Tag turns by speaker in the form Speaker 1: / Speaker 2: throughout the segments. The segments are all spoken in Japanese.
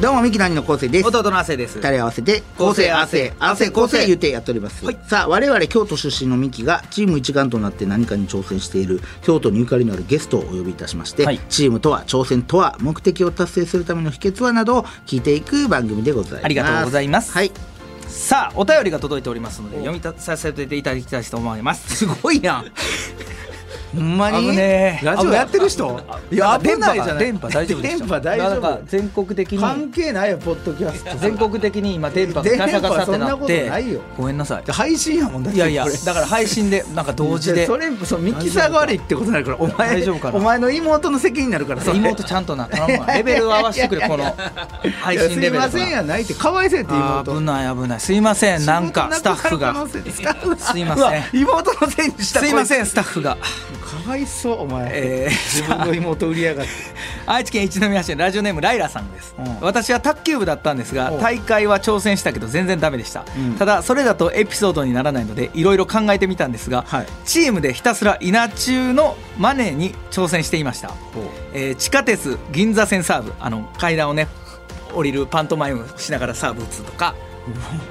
Speaker 1: どうもミキナニの構成です
Speaker 2: 弟の亜生です
Speaker 1: 二人合わせて、構成、汗、汗、構成言うてやっております。
Speaker 2: はい
Speaker 1: さあ、我々京都出身のミキが、チーム一丸となって何かに挑戦している、京都にゆかりのあるゲストをお呼びいたしまして、
Speaker 2: はい
Speaker 1: チームとは、挑戦とは、目的を達成するための秘訣はなどを聞いていく番組でございます。
Speaker 2: ありがとうございます
Speaker 1: はい。
Speaker 2: さあお便りが届いておりますので読みたさせていただきたいと思います
Speaker 1: すごいやん。ほんまに
Speaker 2: 危ねえ
Speaker 1: ラジオやってる人
Speaker 2: いや
Speaker 1: 危ないじゃない
Speaker 2: 電波大丈夫でしょ
Speaker 1: 電波大丈
Speaker 2: なんか
Speaker 1: 夫
Speaker 2: 全国的に
Speaker 1: 関係ないよ、ポッドキャスト。
Speaker 2: 全国的に今電波がガシャガシャ
Speaker 1: 電
Speaker 2: って
Speaker 1: 波
Speaker 2: な
Speaker 1: そんなこ
Speaker 2: っ
Speaker 1: と
Speaker 2: て
Speaker 1: ないよ
Speaker 2: ごめんなさい
Speaker 1: 配信やもんだって
Speaker 2: いやいや
Speaker 1: これ
Speaker 2: だから配信でなんか同時で
Speaker 1: それそのミキサーが悪いってことになるからお前
Speaker 2: 大丈夫かな
Speaker 1: お前の妹の責任になるからそれ
Speaker 2: 妹ちゃんとな頼むわレベルを合わせてくれこの配信レベル
Speaker 1: いやすいませんやないってかわいそうやって
Speaker 2: あ
Speaker 1: 妹
Speaker 2: ー危ない危ないすいませんなんかスタッフが
Speaker 1: す
Speaker 2: すいません
Speaker 1: 妹のせいにした
Speaker 2: すいません
Speaker 1: こ
Speaker 2: スタッフが
Speaker 1: いつかわいそうお前、
Speaker 2: えー
Speaker 1: 自分の妹売りやがって
Speaker 2: 愛知県一宮市のラジオネームライラさんです、
Speaker 1: うん
Speaker 2: 私は卓球部だったんですが
Speaker 1: おう
Speaker 2: 大会は挑戦したけど全然ダメでした、
Speaker 1: うん
Speaker 2: ただそれだとエピソードにならないのでいろいろ考えてみたんですが、
Speaker 1: はい
Speaker 2: チームでひたすら稲中のマネーに挑戦していました、えー地下鉄銀座線サーブあの階段をね降りるパントマイムしながらサーブ打つとか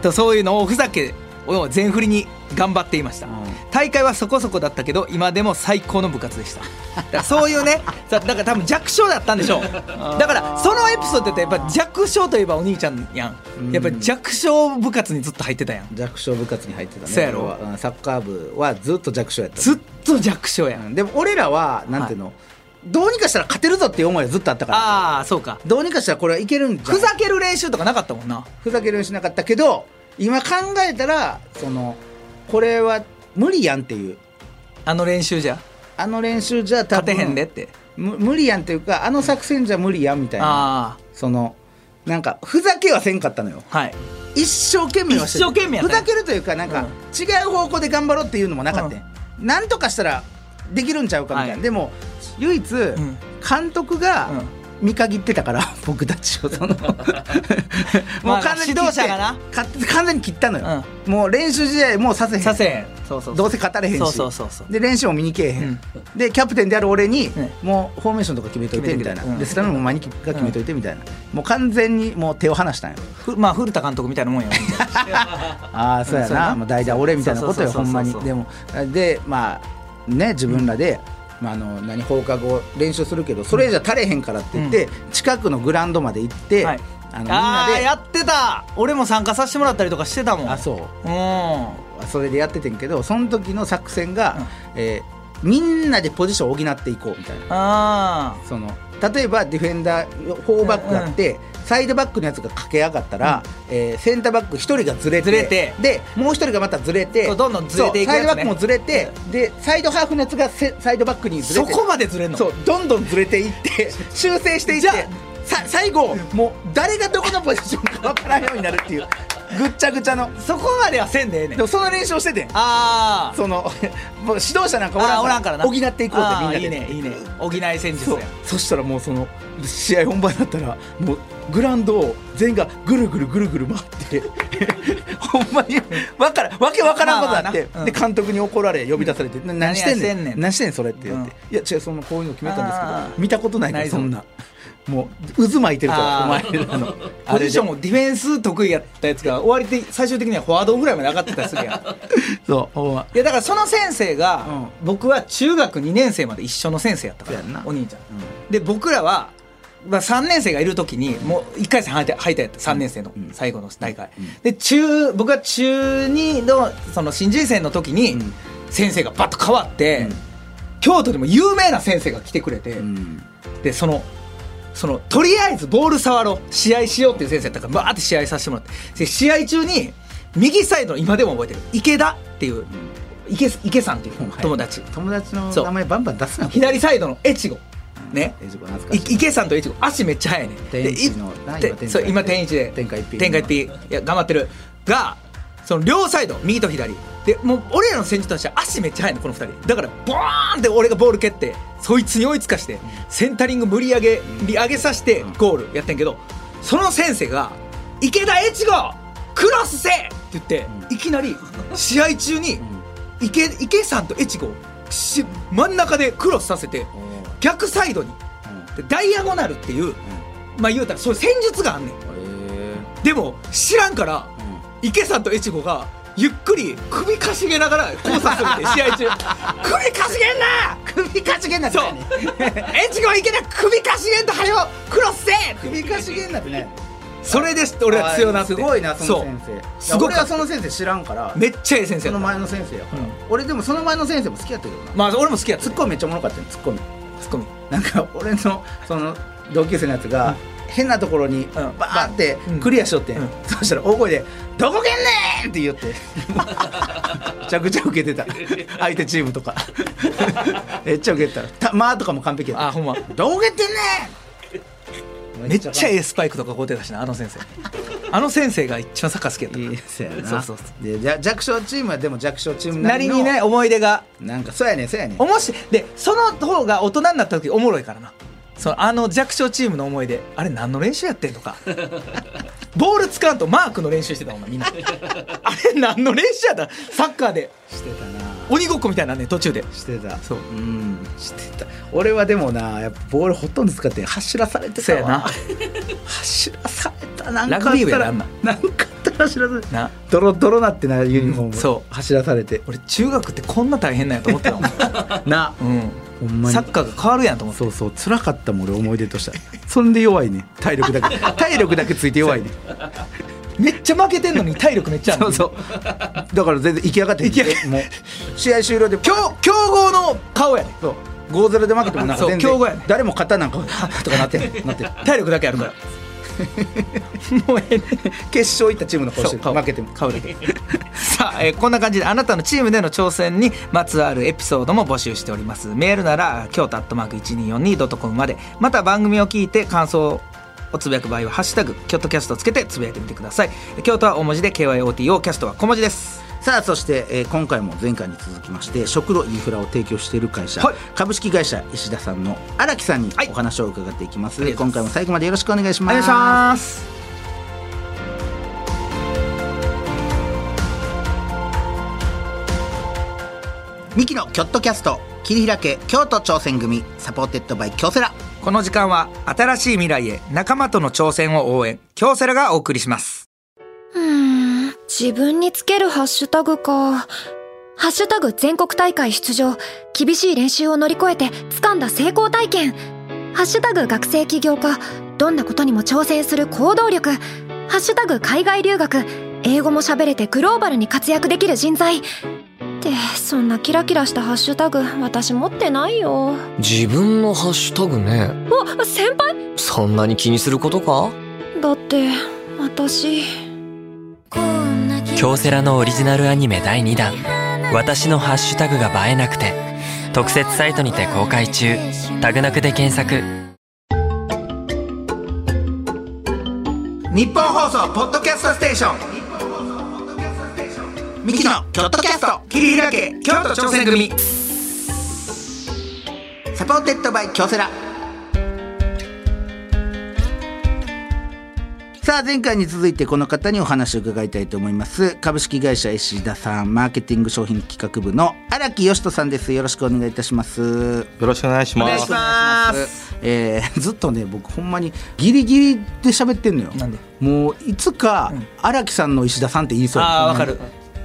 Speaker 2: とそういうのをふざけを全振りに頑張っていました、
Speaker 1: うん
Speaker 2: 大会はそこそこだったけど今でも最高の部活でしただからそういう ねさだから多分弱小だったんでしょうだからそのエピソードってやっぱ弱小といえばお兄ちゃんや
Speaker 1: うん
Speaker 2: んやっぱ弱小部活にずっと入ってたやん
Speaker 1: 弱小部活に入ってたね
Speaker 2: そうやろ
Speaker 1: 俺はうんサッカー部はずっと弱小やった
Speaker 2: ずっと弱小やん、
Speaker 1: うんでも俺らはなんていうの、どうにかしたら勝てるぞっていう思いはずっとあったから
Speaker 2: ああそうか
Speaker 1: どうにかしたらこれはいけるんじゃ
Speaker 2: ふ
Speaker 1: ん
Speaker 2: ざける練習とかなかったもんな
Speaker 1: ふざけるようにしなかったけど今考えたらそのこれは無理やんっていう
Speaker 2: あの練習じゃ
Speaker 1: あの練習じゃ多
Speaker 2: 勝て
Speaker 1: 分
Speaker 2: へんでって
Speaker 1: む無理やんっていうかあの作戦じゃ無理やんみたいな
Speaker 2: あ
Speaker 1: そのなんかふざけはせんかったのよ
Speaker 2: あはい
Speaker 1: 一生懸命はしてた
Speaker 2: 一生懸命やっ
Speaker 1: ふ
Speaker 2: たよ
Speaker 1: ざけるというかなんか、
Speaker 2: うん
Speaker 1: 違う方向で頑張ろうっていうのもなかった、ん、なんとかしたらできるんちゃうかみたいな、
Speaker 2: はい
Speaker 1: でも唯一、
Speaker 2: ん
Speaker 1: 監督が、
Speaker 2: うん
Speaker 1: 見限ってたから 僕たちを そのもう
Speaker 2: まあ
Speaker 1: 完全に切って
Speaker 2: 指導者がな
Speaker 1: か完全に切ったのよ、もう練習試合もうさせへん
Speaker 2: させへんそうそうそう
Speaker 1: どうせ勝たれへんし
Speaker 2: そうそうそうそう
Speaker 1: で練習も見に行けえへん、
Speaker 2: うん
Speaker 1: でキャプテンである俺に、
Speaker 2: ん
Speaker 1: もうフォーメーションとか決めといてみたいな、
Speaker 2: 決めてくれうん
Speaker 1: でスラムも前にが決めといてみたいな、もう完全にもう手を離したんよ
Speaker 2: ふまあ古田監督みたいなもん や
Speaker 1: ああそうや
Speaker 2: そうや
Speaker 1: な
Speaker 2: な
Speaker 1: もう代打俺みたいなことよ
Speaker 2: そ
Speaker 1: ほん
Speaker 2: うそうそ
Speaker 1: ま
Speaker 2: う
Speaker 1: に
Speaker 2: そう
Speaker 1: でもでまあね自分らで、まあ、あの何放課後練習するけどそれじゃ足れへんからって言って、近くのグラウンドまで行って、
Speaker 2: はい
Speaker 1: あのみん
Speaker 2: あー
Speaker 1: な
Speaker 2: やってた俺も参加させてもらったりとかしてたも
Speaker 1: で
Speaker 2: ん
Speaker 1: あそう
Speaker 2: う
Speaker 1: それでやっててんけどその時の作戦が、えーみんなでポジションを補っていこうみたいなん
Speaker 2: あ
Speaker 1: その例えばディフェンダー4バックがあって、サイドバックのやつが駆け上がったら、えーセンターバック1人がずれて
Speaker 2: ずれて
Speaker 1: でもう1人がまたずれて
Speaker 2: そうどんどんずれていく
Speaker 1: そうサイ
Speaker 2: やつね
Speaker 1: ドバックもずれてでサイドハーフのやつがせサイドバックに
Speaker 2: ー
Speaker 1: ずれ
Speaker 2: そ
Speaker 1: て
Speaker 2: こまでずれんの
Speaker 1: そうどんどんずれていって 修正していって
Speaker 2: じゃ
Speaker 1: さ最後もう誰がどこのポジションか分からんようになるって いうぐっちゃぐちゃの
Speaker 2: そこまではせんでええね
Speaker 1: で
Speaker 2: ん
Speaker 1: もその練習をしててん
Speaker 2: あー
Speaker 1: その もう指導者なんかお
Speaker 2: あーお
Speaker 1: ら
Speaker 2: ら
Speaker 1: ん
Speaker 2: ん
Speaker 1: か
Speaker 2: かららな
Speaker 1: 補っていこうってみんなで
Speaker 2: あーいいねいいね補い戦術
Speaker 1: そ
Speaker 2: や
Speaker 1: うそしたらもうその試合本番だったらもうグラウンドを全員がぐるぐるぐるぐる回って ほんまにわからわけわからんことになって、
Speaker 2: まあまあなうん
Speaker 1: で監督に怒られ呼び出されて「な何してんねん
Speaker 2: 何してんねん
Speaker 1: 何してんそれ」って言って、
Speaker 2: う
Speaker 1: いや違うそのこういうの決めたん
Speaker 2: あ
Speaker 1: ですけど
Speaker 2: ー
Speaker 1: 見たことないから
Speaker 2: ないぞ
Speaker 1: そんなもう渦巻いてるからお
Speaker 2: あー
Speaker 1: 前らの
Speaker 2: ポジション
Speaker 1: も
Speaker 2: もディフェンス得意やったやつが終わりで最終的にはフォワードぐらいまで上がってたりするやん
Speaker 1: そうほんま
Speaker 2: いやだからその先生が、僕は中学2年生まで一緒の先生やったから
Speaker 1: そうやんな
Speaker 2: お兄ちゃん、
Speaker 1: う
Speaker 2: で僕らは、まあ、3年生がいる時にもう1回戦敗退敗退やった3年生の最後の大会、で中僕は中2のその新人生の時に
Speaker 1: ん
Speaker 2: 先生がバッと変わって、
Speaker 1: うん
Speaker 2: 京都でも有名な先生が来てくれて、
Speaker 1: うん
Speaker 2: でそのそのとりあえずボール触ろう試合しようっていう先生だったからバーって試合させてもらってで試合中に右サイドの今でも覚えてる池田っていう、池池さんっていう友達、
Speaker 1: 友達の
Speaker 2: そう
Speaker 1: 名前バンバン出すな
Speaker 2: 左サイドの越後ね
Speaker 1: エジコ懐か
Speaker 2: い
Speaker 1: しい
Speaker 2: 池さんと越後足めっちゃ速いね
Speaker 1: 天一のな
Speaker 2: でい
Speaker 1: 今天一
Speaker 2: そう今天一で
Speaker 1: 天下一品
Speaker 2: 天下一品いや頑張ってるがその両サイド右と左でもう俺らの戦術としては足めっちゃ速いのこの2人だからボーンって俺がボール蹴ってそいつに追いつかしてセンタリング無理上げ利上げさせてゴールやってんけどその先生が「池田越後クロスせ!」って言っていきなり試合中に池池さんと越後をし真ん中でクロスさせて逆サイドにでダイアゴナルっていうまあ言うたらそういう戦術があんねんでも知らんから池さんと越後がゆっくり首かしげながら交差する って試合中首かしげんな
Speaker 1: 首かしげんなって
Speaker 2: そう
Speaker 1: ね
Speaker 2: 越後池田首かしげんとはよクロスせ
Speaker 1: 首かしげんなってね
Speaker 2: それですって俺は強なって
Speaker 1: すごいなその
Speaker 2: う
Speaker 1: 先生いや
Speaker 2: すごかっ
Speaker 1: 俺
Speaker 2: た
Speaker 1: はその先生知らんから
Speaker 2: めっちゃええ先生
Speaker 1: そ
Speaker 2: や
Speaker 1: の
Speaker 2: った
Speaker 1: 前の先生やから、
Speaker 2: うん
Speaker 1: 俺でもその前の先生も好きやったけどな
Speaker 2: まあ俺も好きやった
Speaker 1: ツッコミめっちゃおもろかったよツッコミ
Speaker 2: ツッコミ
Speaker 1: なんか俺のその同級生のやつが変なところにバーって
Speaker 2: うん
Speaker 1: クリアしとってん、
Speaker 2: うん
Speaker 1: そしたら大声で「どこけんねん!」って言 ってめちゃくちゃ受けてた相手チームと かめっちゃ受けてたた「まあ」とかも完璧や
Speaker 2: あ
Speaker 1: っ
Speaker 2: ほんま
Speaker 1: た「どこけてんねん!」
Speaker 2: めっちゃえ
Speaker 1: え
Speaker 2: えスパイクとか豪邸だしなあの先生あの先生が一番サッカー好きやったから
Speaker 1: いいですよな
Speaker 2: そうそうそ
Speaker 1: でじゃ弱小チームはでも弱小チームな
Speaker 2: な
Speaker 1: り
Speaker 2: り
Speaker 1: の
Speaker 2: にね思い出が
Speaker 1: なんかそうやねんそうやねん
Speaker 2: おもしでその方が大人になった時おもろいからなそのあの弱小チームの思い出あれ何の練習やってんとか ボール使うとマークの練習してたもんなみん なあれ何の練習やったサッカーで
Speaker 1: してたな
Speaker 2: 鬼ごっこみたいなね途中で
Speaker 1: してた
Speaker 2: そう
Speaker 1: うんしてた俺はでもなやっぱボールほとんど使って走らされてたわ
Speaker 2: そうやな
Speaker 1: 走らされたなん
Speaker 2: ラ
Speaker 1: か
Speaker 2: グ
Speaker 1: あっ
Speaker 2: ビー部
Speaker 1: た
Speaker 2: やな
Speaker 1: ら
Speaker 2: あんな
Speaker 1: なんかあったら走らされて
Speaker 2: な
Speaker 1: ドロドロなってなユニフォーム、
Speaker 2: うんそう
Speaker 1: 走らされて
Speaker 2: 俺中学ってこんな大変なんやと思ってたもん、
Speaker 1: な
Speaker 2: う
Speaker 1: ほん
Speaker 2: ん、
Speaker 1: まに
Speaker 2: サッカーが変わるやんと思って
Speaker 1: そうそう辛かったもん俺思い出としたらそんで弱いね体力だけ体力だけついて弱いね
Speaker 2: めっちゃ負けてんのに体力めっちゃある
Speaker 1: そうそうだから全然行き上がって
Speaker 2: 行き上が
Speaker 1: えもう試合終了で
Speaker 2: 強強豪の顔やね
Speaker 1: そう5-0で負けてもなんか
Speaker 2: そう
Speaker 1: 全然
Speaker 2: 強豪やね
Speaker 1: 誰も肩なんか とかなってんなってん
Speaker 2: 体力だけある からもうええね
Speaker 1: 決勝行ったチームの顔してる
Speaker 2: そう
Speaker 1: 負けても
Speaker 2: 顔だけさあ、えーこんな感じであなたのチームでの挑戦にまつわるエピソードも募集しておりますメールなら京都アットマーク 1242.com までまた番組を聞いて感想をつぶやく場合は「ハッシュタグ京都キャスト」つけてつぶやいてみてください京都は大文字で KYOTO キャストは小文字です
Speaker 1: さあそして、えー今回も前回に続きまして食路インフラを提供している会社、
Speaker 2: はい
Speaker 1: 株式会社石田さんの荒木さんに
Speaker 2: はい
Speaker 1: お話を伺っていきます、
Speaker 2: ありがとう
Speaker 1: 今回も
Speaker 2: ございます
Speaker 1: 最後までよろしくお願いし
Speaker 2: お
Speaker 1: ます
Speaker 2: す
Speaker 1: ミキのキョットキャスト切り開け京都挑戦組サポーテッドバイ京セラ
Speaker 2: この時間は新しい未来へ仲間との挑戦を応援京セラがお送りします
Speaker 3: うーん自分につけるハッシュタグか。ハッシュタグ全国大会出場。厳しい練習を乗り越えて掴んだ成功体験。ハッシュタグ学生起業家。どんなことにも挑戦する行動力。ハッシュタグ海外留学。英語も喋れてグローバルに活躍できる人材。って、そんなキラキラしたハッシュタグ、私持ってないよ。
Speaker 4: 自分のハッシュタグね
Speaker 3: あ、先輩
Speaker 4: そんなに気にすることか
Speaker 3: だって、私。
Speaker 5: 京セラのオリジナルアニメ第2弾「私のハッシュタグが映えなくて」特設サイトにて公開中タグなくで検索
Speaker 1: 日本放送ポッドキャストステーションミキのキョットキャスト切り開け京都挑戦組サポーテッドバイ京セラさあ前回に続いてこの方にお話を伺いたいと思います株式会社石田さんマーケティング商品企画部の荒木義人さんですよろしくお願いいたします
Speaker 6: よろしくお願いし
Speaker 2: お
Speaker 6: ます。
Speaker 2: ます
Speaker 1: えーずっとね僕ほんまにギリギリで喋ってんのよ
Speaker 2: なんで
Speaker 1: もういつか
Speaker 2: ん
Speaker 1: 荒、木さんの石田さんって言いそうほんま
Speaker 2: あー
Speaker 1: に
Speaker 2: わかる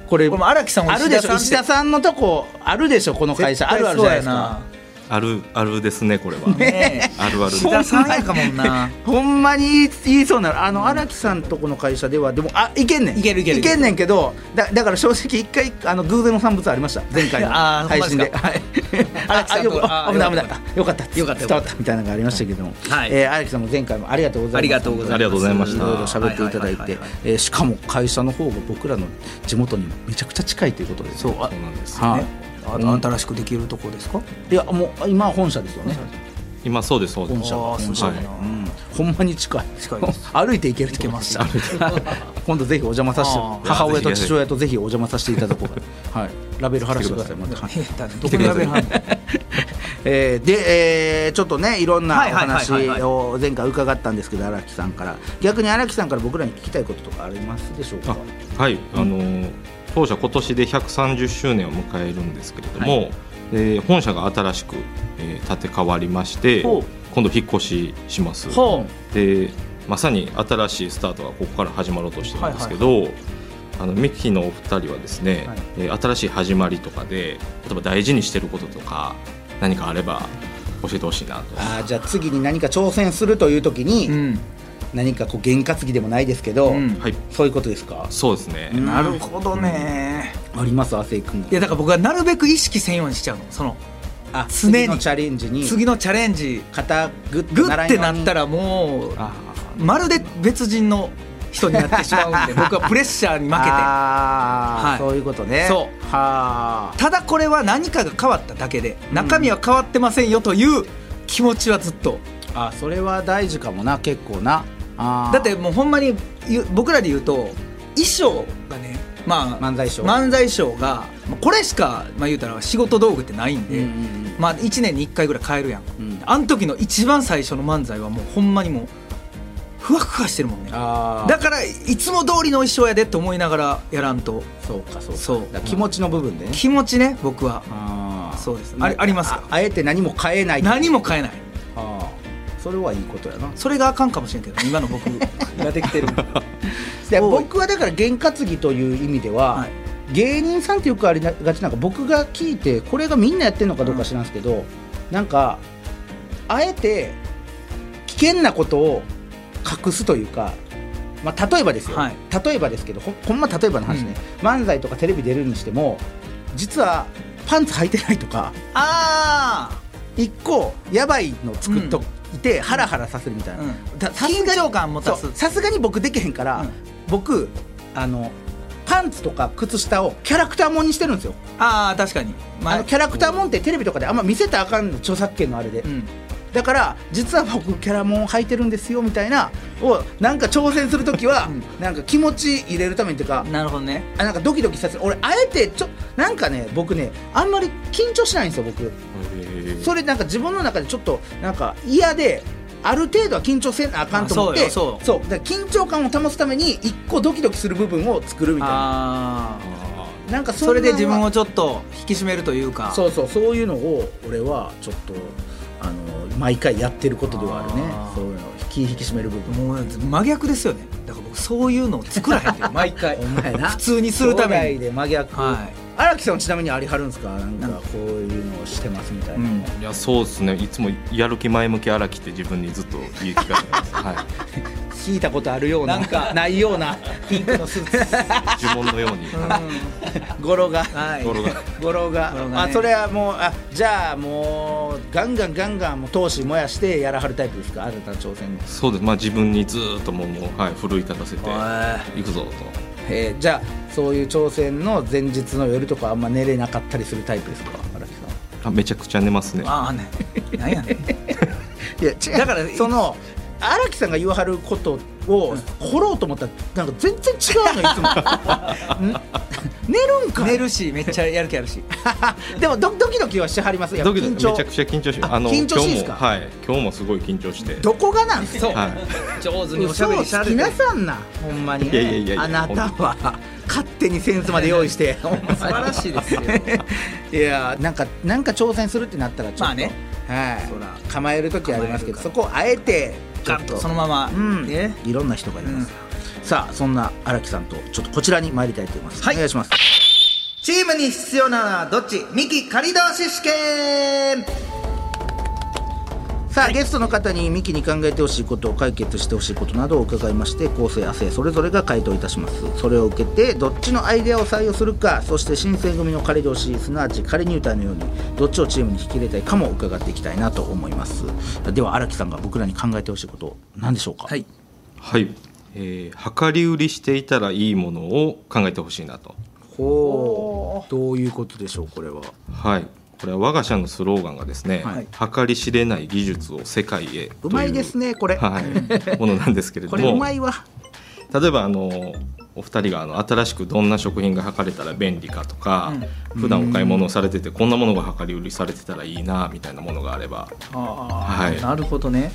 Speaker 1: これ
Speaker 2: 俺も荒木さんを
Speaker 1: あるでしょ
Speaker 2: 石
Speaker 1: 石田
Speaker 2: 田
Speaker 1: さんのとこあるでしょこの会社あるあるじゃないですか
Speaker 6: あるあるですねこれは。
Speaker 2: ね
Speaker 6: あるあ る
Speaker 2: 石田さんやかもんな
Speaker 1: ほんまに言いそうなのあの荒、木さんとこの会社ではでもあいけんねん
Speaker 2: いけるいける
Speaker 1: いけんねんけどだだから正直一回あの偶然の産物ありました前回の
Speaker 2: あー
Speaker 1: 配信で
Speaker 2: ほんま
Speaker 1: はい
Speaker 2: 荒
Speaker 1: 荒
Speaker 2: 木
Speaker 1: 木
Speaker 2: さ
Speaker 1: さ
Speaker 2: ん
Speaker 1: ん
Speaker 2: と
Speaker 1: と
Speaker 2: こ
Speaker 1: こ
Speaker 2: あー
Speaker 1: 危ない危ない
Speaker 2: よかっ
Speaker 1: あよかった
Speaker 2: よかった
Speaker 1: 伝
Speaker 2: よか
Speaker 1: わ
Speaker 2: っ
Speaker 1: ったみたいなのがありましたけども、
Speaker 2: はい
Speaker 1: えー荒木さんも前回もありがとうございます
Speaker 2: ありがとうございます
Speaker 6: ありがとうございました
Speaker 1: ろいろ喋っていただい
Speaker 2: はいはい
Speaker 1: て
Speaker 2: はいはい
Speaker 1: えーしかも会社の方が僕らの地元にめちゃくちゃ近いということでそう
Speaker 6: そうなんです。
Speaker 1: はい、
Speaker 2: あ新しくできるとこですか
Speaker 1: いやもう今は本社ですよね
Speaker 6: 今そうですそうで
Speaker 1: 本
Speaker 6: す。
Speaker 1: 社は
Speaker 2: あー
Speaker 1: 本
Speaker 2: そ
Speaker 1: 社
Speaker 2: う
Speaker 1: で
Speaker 2: だな
Speaker 1: うん
Speaker 7: ほんまに近い
Speaker 2: 近いです
Speaker 7: 歩いて行けると思い
Speaker 2: 行けま
Speaker 7: ます今度ぜひお邪魔させて
Speaker 2: あー
Speaker 7: 母親と父親とぜひお邪魔させていただこうか なはいラベル貼らせてくださいまたはい
Speaker 2: どこにやべえな
Speaker 1: えーで、えーちょっとねいろんなお
Speaker 2: はいはいはい
Speaker 1: 話
Speaker 2: はいはい
Speaker 1: を前回伺ったんですけど荒木さんから逆に荒木さんから僕らに聞きたいこととかありますでしょうか
Speaker 6: はい、あのー当社今年で130周年を迎えるんですけれども、えー本社が新しく、えー建て替わりまして
Speaker 7: ほう
Speaker 6: 今度引っ越しします
Speaker 7: ほ
Speaker 6: でまさに新しいスタートがここから始まろうとしてるんですけど、あのミキのお二人はですね、
Speaker 7: はい
Speaker 6: えー新しい始まりとかで例えば大事にしてることとか何かあれば教えてほしいなと
Speaker 1: あーじゃあ次に何か挑戦するという時に、
Speaker 2: うん
Speaker 1: 何かこう験担ぎでもないですけど、
Speaker 2: うん
Speaker 6: はい
Speaker 1: そういうことですか
Speaker 6: そうですね、
Speaker 2: なるほどね
Speaker 1: あります亜生君
Speaker 2: いやだから僕はなるべく意識せんようにしちゃうのその
Speaker 1: あ
Speaker 2: 常
Speaker 1: 次
Speaker 2: に
Speaker 1: のチャレンジに
Speaker 2: 次のチャレンジ
Speaker 1: 肩グッ
Speaker 2: グ
Speaker 1: なら
Speaker 2: ッ
Speaker 1: んよ
Speaker 2: て
Speaker 1: うに
Speaker 2: なったらもう
Speaker 6: あ
Speaker 2: まるで別人の人になってしまうん で僕はプレッシャーに負け
Speaker 1: あー
Speaker 2: はい
Speaker 1: そういうことね
Speaker 2: そう
Speaker 1: はあ
Speaker 2: てただこれは何かが変わっただけで中身は変わってませんよという気持ちはずっと
Speaker 1: あそれは大事かもな結構なあー
Speaker 2: だってもうほんまに言う僕らで言うと衣装がねまあ
Speaker 1: 漫才賞
Speaker 2: 漫才賞がまあこれしか、まあ、言うたら仕事道具ってないん
Speaker 1: うん
Speaker 2: で、
Speaker 1: うんうん
Speaker 2: まあ、1年に1回ぐらい変えるやん、
Speaker 1: うん
Speaker 2: あん時の一番最初の漫才はもうほんまにもうふわふわしてるもんね
Speaker 1: あー
Speaker 2: だからいつも通りの衣装やでって思いながらやらんと
Speaker 1: そうかそうか
Speaker 2: そう
Speaker 1: だから気持ちの部分でね
Speaker 2: 気持ちね僕は
Speaker 1: あー
Speaker 2: そうです
Speaker 1: な
Speaker 2: ありありますよ
Speaker 1: ああえて何も変えない
Speaker 2: 何も変えない
Speaker 1: あーそれはいいことやな
Speaker 2: それがあかんかもしれんけど今の 僕ができてる
Speaker 1: で僕はだから験担ぎという意味では、
Speaker 2: はい
Speaker 1: 芸人さんってよくありがちなんか僕が聞いてこれがみんなやってるのかどうか知らんすけど、なんかあえて危険なことを隠すというか、まあ、例えばですよ、
Speaker 2: はい
Speaker 1: 例えばですけどほほんま例えばの話ね、漫才とかテレビ出るにしても実はパンツ履いてないとか
Speaker 2: ああ
Speaker 1: 一個やばいの作っといて、ハラハラさせるみたいな、
Speaker 2: うん
Speaker 1: だ
Speaker 2: 緊張感持たす
Speaker 1: そうさすがに僕できへんから、
Speaker 2: うん
Speaker 1: 僕あのパンツとか靴下をキャラクターもんにしてるんですよ、
Speaker 2: ああ確かに、ま
Speaker 1: あのキャラクターもんってテレビとかであんま見せたらあかんの著作権のあれで、
Speaker 2: うん
Speaker 1: だから実は僕キャラもん履いてるんですよみたいなをなんか挑戦する時は、なんか気持ち入れるためにっていうか
Speaker 2: なるほどね
Speaker 1: あなんかドキドキさせる俺あえてちょなんかね僕ねあんまり緊張しないんですよ僕
Speaker 6: えー
Speaker 1: それなんか自分の中でちょっとなんか嫌である程度は緊張せなあかんと思って
Speaker 2: あそうよそう
Speaker 1: だから緊張感を保つために一個ドキドキする部分を作るみたいな
Speaker 2: ああ
Speaker 1: なんか
Speaker 2: それで自分を
Speaker 1: を
Speaker 2: ちょっと引き締めるというか
Speaker 1: そうそうそういうのを俺はちょっとあの毎回やってることではあるね
Speaker 2: あー
Speaker 1: そういうの気引き締める部分
Speaker 2: もう真逆ですよねだから僕そういうのを作らへん っていう毎回
Speaker 1: お前な
Speaker 2: 普通にするため
Speaker 1: 兄弟
Speaker 2: に
Speaker 1: で真逆
Speaker 2: は
Speaker 1: 荒木さんはちなみにありはるんですかなんかこういうのをしてますみたいな、
Speaker 2: うん
Speaker 6: いやそうですねいつもやる気前向き荒木って自分にずっと言い聞かせてます、は
Speaker 1: 聞いたことあるような
Speaker 2: なんか
Speaker 1: ないよう なピンクのスーツ
Speaker 6: い、呪文のように
Speaker 1: 語呂が
Speaker 2: はい
Speaker 6: 心が
Speaker 1: 五郎が
Speaker 2: 五郎がね
Speaker 1: あそれはもうあじゃあもうガンガンガンガンもう闘志燃やしてやらはるタイプですか新たな挑戦に、
Speaker 6: そうですまあ自分にずーっともうもう、はい、奮い立たせていくぞ
Speaker 1: えーじゃあそういう挑戦の前日の夜とかあんま寝れなかったりするタイプですか荒木さ
Speaker 6: とあめちゃくちゃ寝ますね
Speaker 2: ああねなんやね ん
Speaker 1: んいや違
Speaker 2: だから
Speaker 1: その荒木さんが言わはることを掘ろうと思ったらなんか全然違うのい つもん寝るんかい
Speaker 2: 寝るしめっちゃやる気あるし
Speaker 1: でもドドキドキはしてはりますやっぱ
Speaker 6: ドキドキめちゃくちゃ緊張し
Speaker 1: あ緊張しいで
Speaker 6: 今
Speaker 1: す
Speaker 6: 日も
Speaker 1: か
Speaker 6: はい今日もすごい緊張して
Speaker 1: どこがなんすか
Speaker 2: そう
Speaker 6: はい
Speaker 2: 上手におしゃ
Speaker 1: 嘘
Speaker 2: べ
Speaker 1: を
Speaker 2: りしゃ
Speaker 1: つき
Speaker 2: る
Speaker 1: なさんなほんまに
Speaker 6: いやいやいやいや
Speaker 1: あなたは勝手にセンスまで用意 してほんまに
Speaker 2: 素晴らしいですよ
Speaker 1: いやなんかなんか挑戦するってなったらちょっと
Speaker 2: まあね
Speaker 1: はい
Speaker 2: そら
Speaker 1: 構える時ありますけど
Speaker 2: 構えるから
Speaker 1: そこをあえてちょ
Speaker 2: ガ
Speaker 1: っ
Speaker 2: ン
Speaker 1: と
Speaker 2: とそのまま、
Speaker 1: うん
Speaker 2: ね
Speaker 1: いろんな人がいます、さあそんな荒木さんとちょっとこちらに参りたいと思います、
Speaker 2: はい
Speaker 1: お願いします
Speaker 2: チームに必要なのはどっちミキ仮同士試験
Speaker 1: さあ、ゲストの方にミキに考えてほしいことを解決してほしいことなどを伺いまして構成亜生それぞれが回答いたしますそれを受けてどっちのアイデアを採用するかそして新選組の仮同士すなわち仮入隊のようにどっちをチームに引き入れたいかも伺っていきたいなと思いますでは荒木さんが僕らに考えてほしいこと何でしょうか
Speaker 2: はい
Speaker 6: はい、えー、量り売りしていたらいいものを考えてほしいなと
Speaker 1: ほうどういうことでしょうこれは
Speaker 6: はいこれは我が社のスローガンがですね、
Speaker 1: はい
Speaker 6: 計り知れない技術を世界へという
Speaker 1: うまいですねこれ、
Speaker 6: はい、ものなんですけれ ど
Speaker 1: これう
Speaker 6: も
Speaker 1: まいわ
Speaker 6: 例えばあのお二人があの新しくどんな食品が測れたら便利かとか、普段お買い物をされててこんなものが量り売りされてたらいいなみたいなものがあれば
Speaker 2: あー
Speaker 6: はい
Speaker 2: なるほどね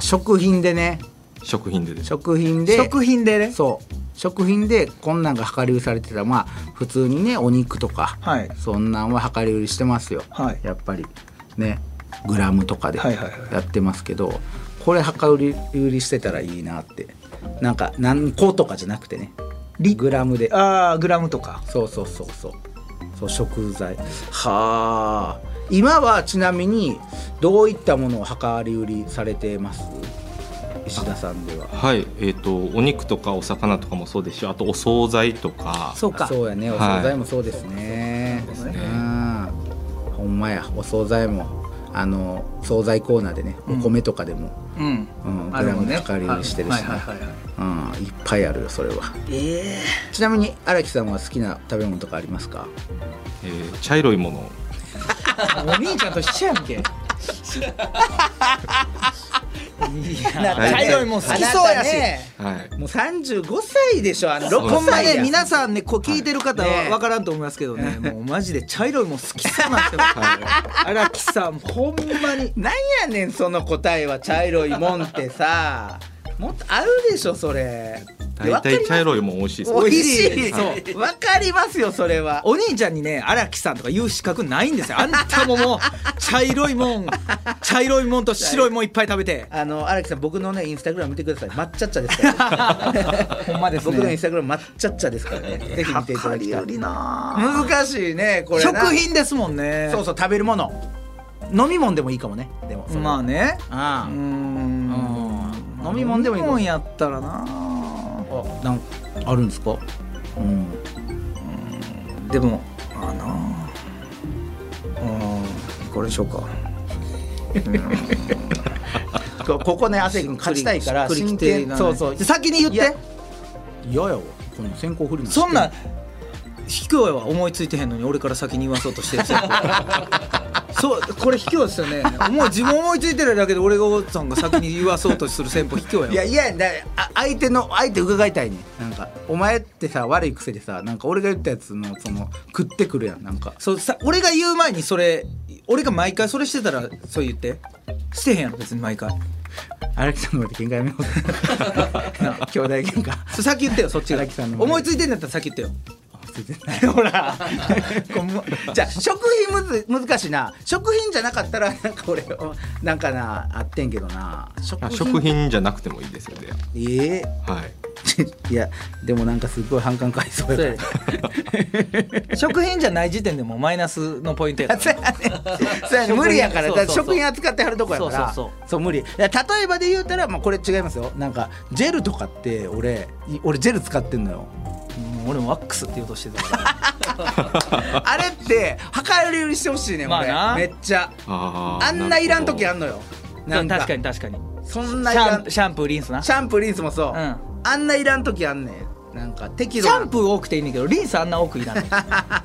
Speaker 1: 食品でね
Speaker 6: 食品でです
Speaker 1: 食品で
Speaker 2: 食品でね
Speaker 1: そう食品でこんなんが量り売りされてたらまあ普通にねお肉とか、
Speaker 2: はい
Speaker 1: そんなんは量り売りしてますよ、
Speaker 2: はい
Speaker 1: やっぱりねグラムとかで
Speaker 2: はいはいはい
Speaker 1: やってますけど、これ量り売りしてたらいいなってなんか何個とかじゃなくてねグラムで
Speaker 2: ああグラムとか
Speaker 1: そうそうそうそうそう食材はあ今はちなみにどういったものを量り売りされてます石田さんでは
Speaker 6: はいえー、とお肉とかお魚とかもそうですしあとお惣菜とか
Speaker 2: そうか
Speaker 1: そうやねお惣菜もそうですね、
Speaker 6: ね
Speaker 1: うんほんまやお惣菜もあの惣菜コーナーでねお米とかでも、
Speaker 2: うん
Speaker 1: うん
Speaker 2: あれもね
Speaker 1: グラムの量り売りしてるしね
Speaker 2: はいはいはいはい
Speaker 1: うんいっぱいあるよそれはちなみに荒木さんは好きな食べ物とかありますか
Speaker 6: えー茶色いもの
Speaker 2: お兄ちゃんと一緒やんけ。いや
Speaker 6: たね
Speaker 2: 茶色いもん好きそうやし。
Speaker 6: はい
Speaker 1: もう35歳でしょあの
Speaker 2: ほんま
Speaker 1: や
Speaker 2: ね皆さんねこう聞いてる方
Speaker 1: はい
Speaker 2: は
Speaker 1: ね
Speaker 2: わからんと思いますけどねもうマジで茶色いもん好きそうなんです よ荒木さんほんまに
Speaker 1: なんやねんその答えは茶色いもんってさもっとあるでしょそれ
Speaker 6: 大体茶色いもん美味しいです
Speaker 1: 美味し
Speaker 2: 美味し
Speaker 1: い
Speaker 2: い
Speaker 1: そうわかりますよそれは
Speaker 2: お兄ちゃんにね荒木さんとか言う資格ないんですよあんたももう茶色い もん茶色いもんと白いもんいっぱい食べて
Speaker 1: あの荒木さん僕のねインスタグラム見てください抹茶茶です から
Speaker 2: ほんまですね
Speaker 1: 僕のインスタグラム抹茶茶ですからねぜひ見ていただきたい難しいねこれな
Speaker 2: 食品ですもんね
Speaker 1: そうそう食べるもの飲み物でもいいかもねでも
Speaker 2: まあねう
Speaker 1: あ
Speaker 2: ー
Speaker 1: う
Speaker 2: ん
Speaker 1: ん飲み物でもいい
Speaker 2: 飲
Speaker 1: かも
Speaker 2: み物やったらな
Speaker 1: あなんあるんですかうん
Speaker 2: でもあのうんこれでしょうか
Speaker 1: こここね亜生君勝ちたいから
Speaker 2: しっくり
Speaker 1: 真
Speaker 2: きて
Speaker 1: 剣
Speaker 2: いかない
Speaker 1: そうそう
Speaker 2: じゃあ先に言っ
Speaker 1: いや
Speaker 2: て
Speaker 1: 嫌やわこの先行振りの
Speaker 2: そんな卑怯は思いついてへんのに俺から先に言わそうとしてるそうこれ卑怯ですよねもう自分思いついてるだけで俺がおっさんが先に言わそうとする戦法卑怯やわ
Speaker 1: いやいやだあ相手の相手伺いたいねなんかお前ってさ悪い癖でさなんか俺が言ったやつのその食ってくるやんなんか
Speaker 2: そうさ俺が言う前にそれ俺が毎回それしてたらそう言ってしてへんやろ別に毎回
Speaker 1: 荒木さんの前で喧嘩やめようぜ な兄弟喧嘩
Speaker 2: そう先言ってよそっちが
Speaker 1: 荒木さんの前で
Speaker 2: 思いついてんだったら先言ってよ
Speaker 1: ほらじゃあ食品むず難しいな食品じゃなかったらなんか俺おなんかなあってんけどな食
Speaker 6: あ食品じゃなくてもいいですよね
Speaker 1: ええ
Speaker 6: はい
Speaker 1: いやでもなんかすごい反感買いそうやから
Speaker 2: 食品じゃない時点でもうマイナスのポイント やから
Speaker 1: そうやねそうやね無理やから
Speaker 2: そう
Speaker 1: だ
Speaker 2: そう
Speaker 1: か
Speaker 2: そう
Speaker 1: ら食品扱ってはるとこやから
Speaker 2: そうそう
Speaker 1: そう無理だから例えばで言うたら、まあ、これ違いますよなんかジェルとかって俺い俺ジェル使ってんのよ
Speaker 2: うん俺もワックスって言おうとしてたから
Speaker 1: あれって量り売りしてほしいねん俺、
Speaker 2: まあな
Speaker 1: めっちゃ
Speaker 6: あー
Speaker 1: あんないらん時あ
Speaker 6: なる
Speaker 1: んのよなんか
Speaker 2: 確かに確かに
Speaker 1: そんない
Speaker 2: シ
Speaker 1: ら
Speaker 2: ャ
Speaker 1: ん
Speaker 2: ンシャンプーリンスなシ
Speaker 1: シャンプーリンスもそう、
Speaker 2: うん
Speaker 1: あんないらん時あんねんなんか適度な
Speaker 2: ャンプー多くていいねんだけどリンスあんな多くい らない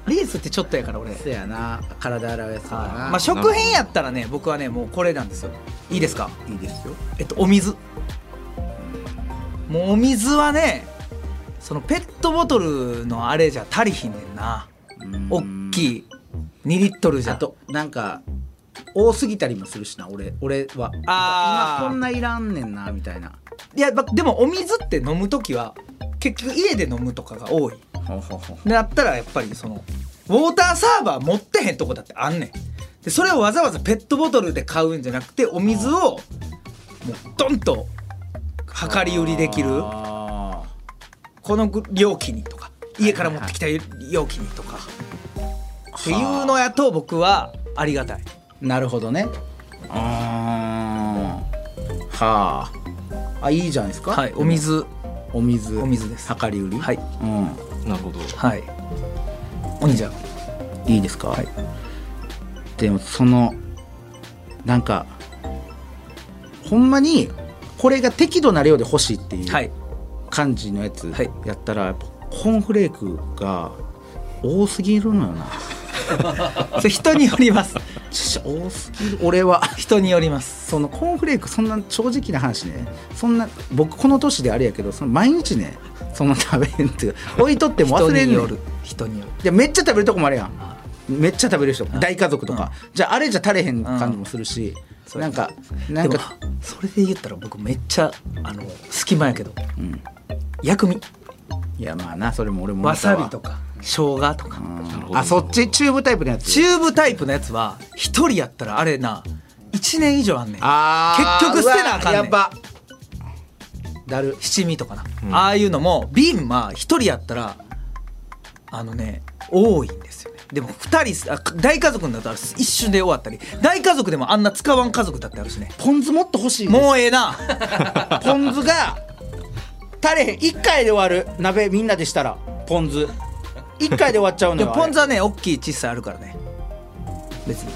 Speaker 2: リンスってちょっとやから俺
Speaker 1: そうやな体洗うやつとかな、
Speaker 2: まあ食品やったらね僕はねもうこれなんですよいいですか
Speaker 1: いいですよ
Speaker 2: えっとお水もうお水はねそのペットボトルのあれじゃ足りひんねんなおっきい2リットルじゃ
Speaker 1: あとなんか多すぎたりもするしな俺俺は
Speaker 2: あー
Speaker 1: 今こんないらんねんなみたいない
Speaker 2: やばでもお水って飲む時は結局家で飲むとかが多い
Speaker 1: ほうほうほう
Speaker 2: でなったらやっぱりそのウォーターサーバー持ってへんとこだってあんねんでそれをわざわざペットボトルで買うんじゃなくてお水をもうドンと量り売りできる
Speaker 1: あ
Speaker 2: この容器にとか家から持ってきた容器にとかっていうのやと僕はありがたい
Speaker 1: ーなるほどねあーはああいいじゃないですか
Speaker 2: はいお水
Speaker 1: お水
Speaker 2: お水です
Speaker 1: 量り売り
Speaker 2: はい、
Speaker 1: う
Speaker 6: ほど
Speaker 2: はいお兄ちゃん
Speaker 1: ん、いいですか、でもそのなんかほんまにこれが適度な量で欲しいっていう、
Speaker 2: はい
Speaker 1: 感じのやつ
Speaker 2: はい
Speaker 1: やったら、やっぱコーンフレークが多すぎるのよな
Speaker 2: それ人によります
Speaker 1: ちょ多すぎる俺は
Speaker 2: 人によります
Speaker 1: そのコーンフレークそんな正直な話ねそんな僕この年であれやけどその毎日ねそんな食べへんっていう置いとっても
Speaker 2: 人
Speaker 1: 忘れん
Speaker 2: に
Speaker 1: ね
Speaker 2: よ
Speaker 1: ん
Speaker 2: る人による
Speaker 1: いやめっちゃ食べるとこもあるやんめっちゃ食べる人大家族とか、じゃああれじゃ足れへん感じもするし、
Speaker 2: うん
Speaker 1: なんかな
Speaker 2: で
Speaker 1: ん
Speaker 2: も
Speaker 1: か
Speaker 2: それで言ったら僕めっちゃあの隙間やけど、薬味
Speaker 1: いやまあなそれも俺も
Speaker 2: わ
Speaker 1: 思った
Speaker 2: さびとか生姜とか、
Speaker 1: うんあそっちチューブタイプのやつ
Speaker 2: チューブタイプのやつは一人やったらあれな1年以上あんねん
Speaker 1: あー
Speaker 2: 結局捨てなあかんねん
Speaker 1: うわやばだる
Speaker 2: 七味とかな、ああいうのも瓶は一人やったらあのね多いんですよねでも二人あ大家族になったら一瞬で終わったり大家族でもあんな使わん家族だってあるしね
Speaker 1: ポン酢もっと欲しい
Speaker 2: もうええな
Speaker 1: ポン酢が足れへん1回で終わる鍋みんなでしたらポン酢1回で終わっちゃうの
Speaker 2: で
Speaker 1: よ
Speaker 2: もポン酢
Speaker 1: あ
Speaker 2: はね大きい小さいあるからね別に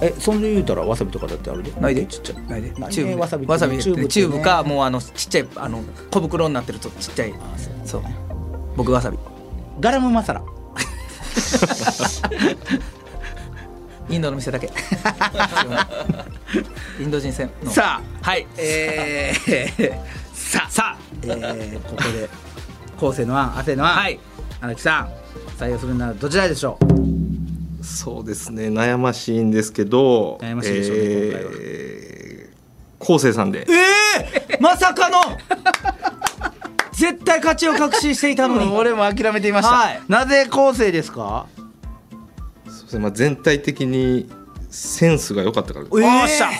Speaker 1: れえそんで言うたらわさびとかだってあるで
Speaker 2: ないで
Speaker 1: ちっちゃい
Speaker 2: ないで
Speaker 1: なんで
Speaker 2: チューブで
Speaker 1: わさびってね
Speaker 2: わさび入れてねチ
Speaker 1: チ
Speaker 2: ュ
Speaker 1: ュ
Speaker 2: ー
Speaker 1: ーブってね
Speaker 2: ブかもうあのちっちゃいあの小袋になってるとちっちゃいそう僕わさび
Speaker 1: ガラムマサラ
Speaker 2: インドの店だけインド人戦の
Speaker 1: さ
Speaker 2: あはい
Speaker 1: えー
Speaker 2: さあさ
Speaker 1: えーここで後世の案汗の
Speaker 2: あ
Speaker 1: 案
Speaker 2: はい
Speaker 1: 荒木さん採用するならどちらでしょ
Speaker 6: そうですね悩ましいんですけど
Speaker 1: 悩ましいでしょうね今回は
Speaker 6: えー昴生さんで
Speaker 2: えー、まさかの絶対勝ちを確信していた
Speaker 1: う
Speaker 2: の に
Speaker 1: 俺も諦めていま
Speaker 2: した
Speaker 1: なぜ後世ですか
Speaker 6: そうですねまあ、全体的にセンスが良かったから
Speaker 2: えー
Speaker 1: おっしゃ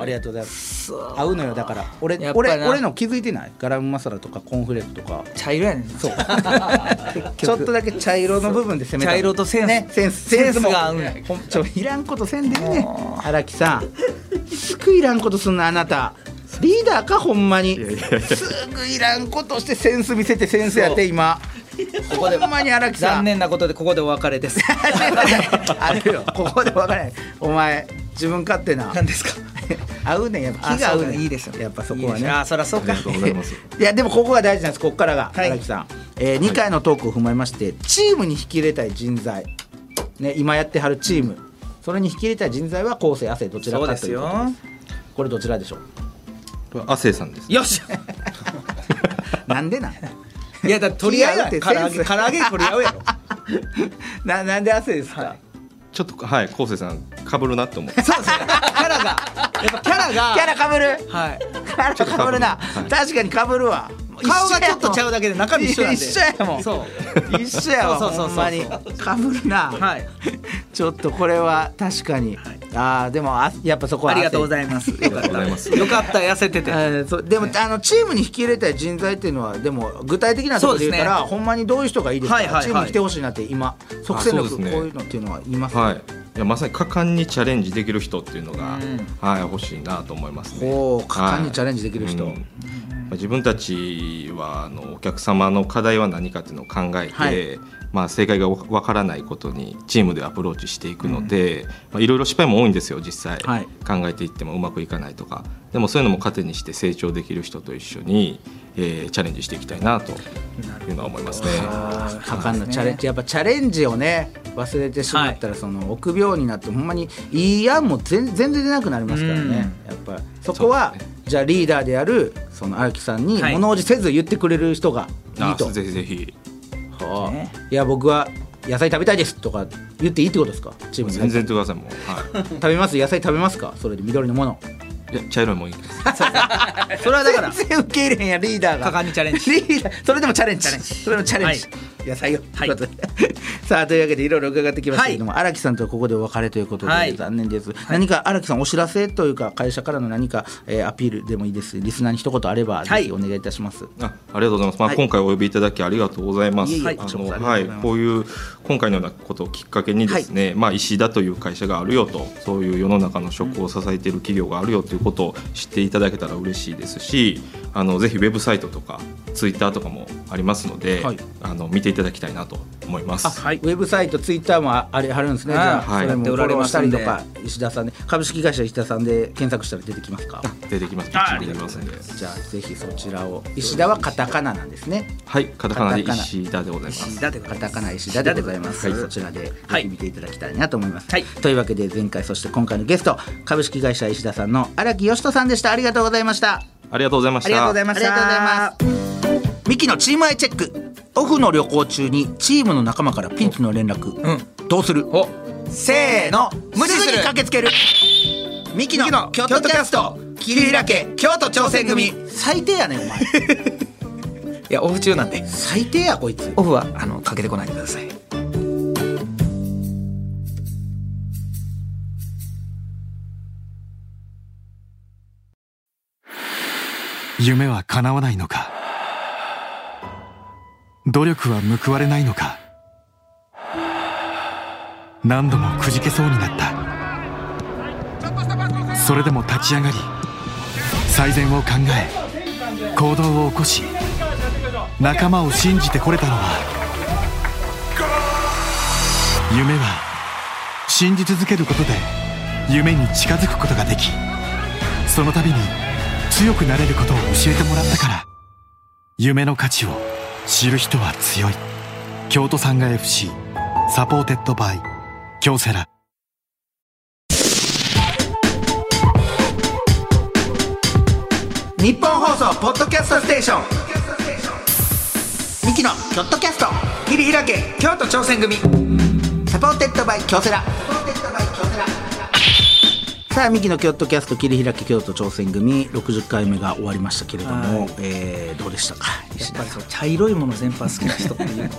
Speaker 1: ありがとうございます合うのよだから俺
Speaker 2: やっぱり
Speaker 1: 俺
Speaker 2: な
Speaker 1: 俺の気づいてないガラムマサラとかコーンフレークとか
Speaker 2: 茶色やねんなそう
Speaker 1: ちょっとだけ茶色の部分で攻めた
Speaker 2: 茶色とセンス
Speaker 1: ね、センス
Speaker 2: センス
Speaker 1: も
Speaker 2: が合うんや
Speaker 1: ほんちょいらんことせんでね荒木さんすぐいらんことすんなあなたリーダーかほんまにすぐいらんことしてセンス見せてセンスやって今ここでほんまに荒木さん
Speaker 2: 残念なことでここでお別れです
Speaker 1: あるよここで分からないお前自分勝手な
Speaker 2: 何ですか
Speaker 1: 合うねんやっぱ気が合うねん
Speaker 2: いいですよ
Speaker 1: やっぱそこはいね
Speaker 2: いですよあそらそう
Speaker 6: あ
Speaker 2: か
Speaker 6: りがとうございます
Speaker 1: いやでもここが大事なんですここからが
Speaker 2: い
Speaker 1: 荒木さん、えー、2回のトークを踏まえましてチームに引き入れたい人材、ね、今やってはるチームそれに引き入れたい人材は後世亜生どちら
Speaker 2: そう
Speaker 1: か
Speaker 2: で
Speaker 1: と
Speaker 2: す
Speaker 1: いう
Speaker 2: よ
Speaker 1: ことですこれどちらでし ょう
Speaker 6: これ亜生さんです
Speaker 2: よし
Speaker 1: なんでなん
Speaker 2: いやだって取り合いだって
Speaker 1: 気合
Speaker 2: 唐
Speaker 1: いだ
Speaker 2: 揚
Speaker 1: って
Speaker 2: げ唐揚げ取り合うやろ
Speaker 1: ななんで亜生ですか、
Speaker 6: ちょっとはい昴生さんかぶるなって思って
Speaker 2: そうですねキャラがやっぱキャラが
Speaker 1: キャラかぶる
Speaker 2: はい
Speaker 1: キャラかぶるな、
Speaker 6: ちょっと被るはい
Speaker 1: 確かにかぶるわ
Speaker 2: 顔がちょっとちゃうだけで中身一緒なんで
Speaker 1: 一緒やもん
Speaker 2: そう
Speaker 1: 一緒やわ
Speaker 2: そうそうそうそう
Speaker 1: ほんまにかぶるな、
Speaker 2: はい
Speaker 1: ちょっとこれは確かに、ああでもあやっぱそこは
Speaker 2: あ
Speaker 1: 亜生
Speaker 2: りがとうございますよかった
Speaker 6: ありがとうございます
Speaker 2: よかった痩せてて
Speaker 1: えーそうでも、あのチームに引き入れたい人材っていうのはでも具体的なところで言ったら、
Speaker 2: そう
Speaker 1: ほんまにどういう人がいいですか、
Speaker 2: はいはいはい
Speaker 1: チームに来てほしいなって今即戦
Speaker 6: あ
Speaker 1: 力
Speaker 6: そ
Speaker 1: こう
Speaker 6: うですね
Speaker 1: いうのっていうのはいます、
Speaker 6: はいいやまさに果敢にチャレンジできる人っていうのが、
Speaker 2: うん
Speaker 6: はい、欲しいなと思いますね
Speaker 1: おー果敢にチャレンジできる人
Speaker 6: うんまあ自分たちはあのお客様の課題は何かっていうのを考えて、
Speaker 1: はい
Speaker 6: まあ、正解がわからないことにチームでアプローチしていくのでまあいろいろ失敗も多いんですよ実際、
Speaker 1: はい
Speaker 6: 考えていってもうまくいかないとかでもそういうのも糧にして成長できる人と一緒に、えーチャレンジしていきたいなというのは思いますね。
Speaker 1: あー果敢なチャレンジやっぱチャレンジをね忘れてしまったら、その臆病になってほんまにいい案も全全然出なくなりますからね、やっぱそこは
Speaker 6: そうです
Speaker 1: じゃあリーダーであるその荒木さんに
Speaker 2: はい
Speaker 1: 物おじせず言ってくれる人がい
Speaker 6: あ
Speaker 1: いと、
Speaker 6: ぜひぜひ
Speaker 1: はあいや僕は野菜食べたいですとか言っていいってことですかチームに
Speaker 6: 全然言ってくださいもう、は
Speaker 1: 食べます野菜食べますかそれで緑のもの
Speaker 6: い、いや茶色いもんいいです
Speaker 2: それはだから
Speaker 1: 全然受け入れへんやリーダーが
Speaker 2: 果敢にチャレンジ
Speaker 1: リーダーそれでもチャレンジそれでもチャレンジ、野菜を、
Speaker 2: はい
Speaker 1: ということで さあというわけでいろいろ伺ってきましたけども荒、木さんとはここでお別れということで、
Speaker 2: はい
Speaker 1: 残念です、何か荒木さんお知らせというか会社からの何か、えーアピールでもいいですリスナーに一言あれば、
Speaker 2: はい
Speaker 1: ぜひお願いいたします
Speaker 6: あありがとうございます。まあ、
Speaker 1: はい
Speaker 6: 今回お呼びいただきありがとうございます。
Speaker 1: いえいえ
Speaker 6: はい、あ
Speaker 1: こちらこ
Speaker 6: の
Speaker 1: そありがとうござい
Speaker 6: はい
Speaker 1: ます
Speaker 6: こういう今回のようなことをきっかけにですね、まあ石田という会社があるよと、そういう世の中の食を支えている企業があるよということを知っていただけたら嬉しいですし、あのぜひウェブサイトとかツイッターとかもありますので、
Speaker 1: はい
Speaker 6: あの見ていただきたいなと思います。
Speaker 1: ウェブサイト、ツイッターもああれ貼るんですね。じゃあ、
Speaker 6: はい
Speaker 1: それも
Speaker 5: やっておられます
Speaker 1: フォ
Speaker 5: ん
Speaker 1: ロー
Speaker 5: で
Speaker 1: したりとか、石田さんで、株式会社石田さんで検索したら出てきますか。
Speaker 6: 出てきます。ピッチ出てきますんで。
Speaker 1: じゃあ、ぜひそちらを。石田はカタカナなんですね。
Speaker 6: はい、カタカナで
Speaker 1: カタカナ
Speaker 6: 石田でございます。
Speaker 5: 石田でござ
Speaker 1: カ
Speaker 5: い
Speaker 1: タ
Speaker 5: ます
Speaker 1: カナ石田でございます。
Speaker 6: はい
Speaker 1: そちらで、ぜひ見ていただきたいなと思います。
Speaker 5: はい
Speaker 1: というわけで、前回、そして今回のゲスト、株式会社石田さんの荒木義人さんでした。ありがとうございました。
Speaker 6: ありがとうございました。
Speaker 1: ありがとうございます。ミキのチームアイチェック。オフの旅行中にチームの仲間からピンチの連絡。
Speaker 5: うん
Speaker 1: どうする
Speaker 5: おせーの無視
Speaker 1: す
Speaker 5: す
Speaker 1: ぐに
Speaker 5: る
Speaker 1: 駆けつける。ミキの京都キャスト桐平家京都挑戦組最低やねんお 前
Speaker 5: いやオフ中なんで
Speaker 1: 最低やこいつ
Speaker 5: オフはあのかけてこないでください
Speaker 8: 夢は叶わないのか努力は報われないのか何度もくじけそうになったそれでも立ち上がり最善を考え行動を起こし仲間を信じてこれたのは夢は信じ続けることで夢に近づくことができその度に強くなれることを教えてもらったから夢の価値を知る人は強い京都産が FC サポーテッドバイ京セラ
Speaker 1: 日本放送ポッドキャストステーションミキのキョットキャスト桐平家京都挑戦組サポーテッドバイ京セラさあミキのキョットキャスト桐平家京都挑戦組60回目が終わりましたけれども、えーどうでしたか
Speaker 5: や
Speaker 1: 石
Speaker 5: っ
Speaker 1: 田
Speaker 5: ぱり
Speaker 1: さ
Speaker 5: そ
Speaker 1: ん
Speaker 5: う茶色いもの全般好きな人っていうか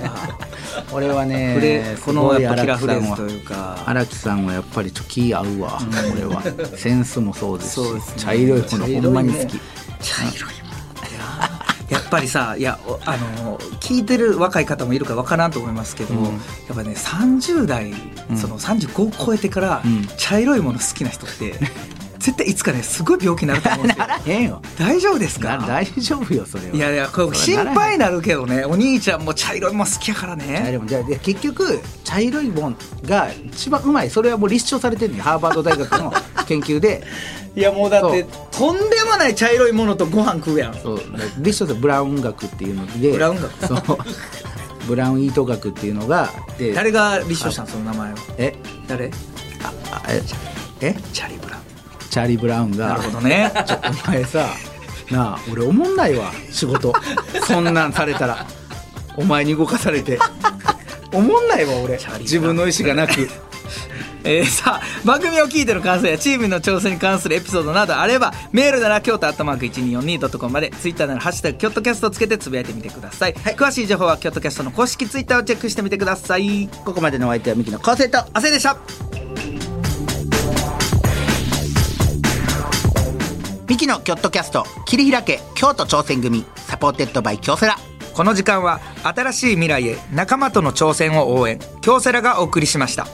Speaker 1: 俺はね
Speaker 5: フレこ
Speaker 1: す
Speaker 5: の
Speaker 1: ごい
Speaker 5: やっぱキ
Speaker 1: 荒
Speaker 5: ラ
Speaker 1: 木さ
Speaker 5: フ
Speaker 1: んは
Speaker 5: レーズというか
Speaker 1: 荒木さんはやっぱりチョキ合うわ、俺はセンスもそうですし
Speaker 5: そうですね
Speaker 1: 茶色いものほんまに好き
Speaker 5: 茶色いものやっぱりさいやおあの聞いてる若い方もいるからわからんと思いますけど、やっぱね30代、その35超えてから、茶色いもの好きな人って絶対いつかねすごい病気になると思う んですよ
Speaker 1: ええよ
Speaker 5: 大丈夫です
Speaker 1: な
Speaker 5: か
Speaker 1: 大丈夫よそれはい
Speaker 5: やいやこれ
Speaker 1: それ
Speaker 5: 心
Speaker 1: はならへん
Speaker 5: 配になるけどねお兄ちゃんも茶色いもん好きやから
Speaker 1: 茶色
Speaker 5: ね
Speaker 1: いもんじゃあで結局茶色いもんが一番うまいそれはもう立証されてるねハーバード大学 の研究で
Speaker 5: いやもうだってとんでもない茶色いものとご飯食うやん
Speaker 1: そう立証されブラウン学っていうので
Speaker 5: ブラウン学
Speaker 1: そうブラウンイート学っていうのがで
Speaker 5: 誰が立証したんその名前を
Speaker 1: え
Speaker 5: 誰
Speaker 1: あええ
Speaker 5: チャリブラ
Speaker 1: チャーリー・ブラウンが
Speaker 5: なるほどね
Speaker 1: お前さなあ俺おもんないわ仕事そんなんされたらお前に動かされ ておもんないわ俺自分の意思がなく
Speaker 5: えーさあ番組を聞いての感想やチームの挑戦に関するエピソードなどあればメールなら京都アットマーク 1242.com までツイッターなら「ハッシュタグキョットキャスト」をつけてつぶやいてみてください、詳しい情報はキョットキャストの公式ツイッターをチェックしてみてください
Speaker 1: ここまでのお相手はミキの昴生と
Speaker 5: あせでした
Speaker 1: ミキのキョットキャスト切り開け京都挑戦組サポーテッドバイ京セラ
Speaker 5: この時間は新しい未来へ仲間との挑戦を応援京セラがお送りしました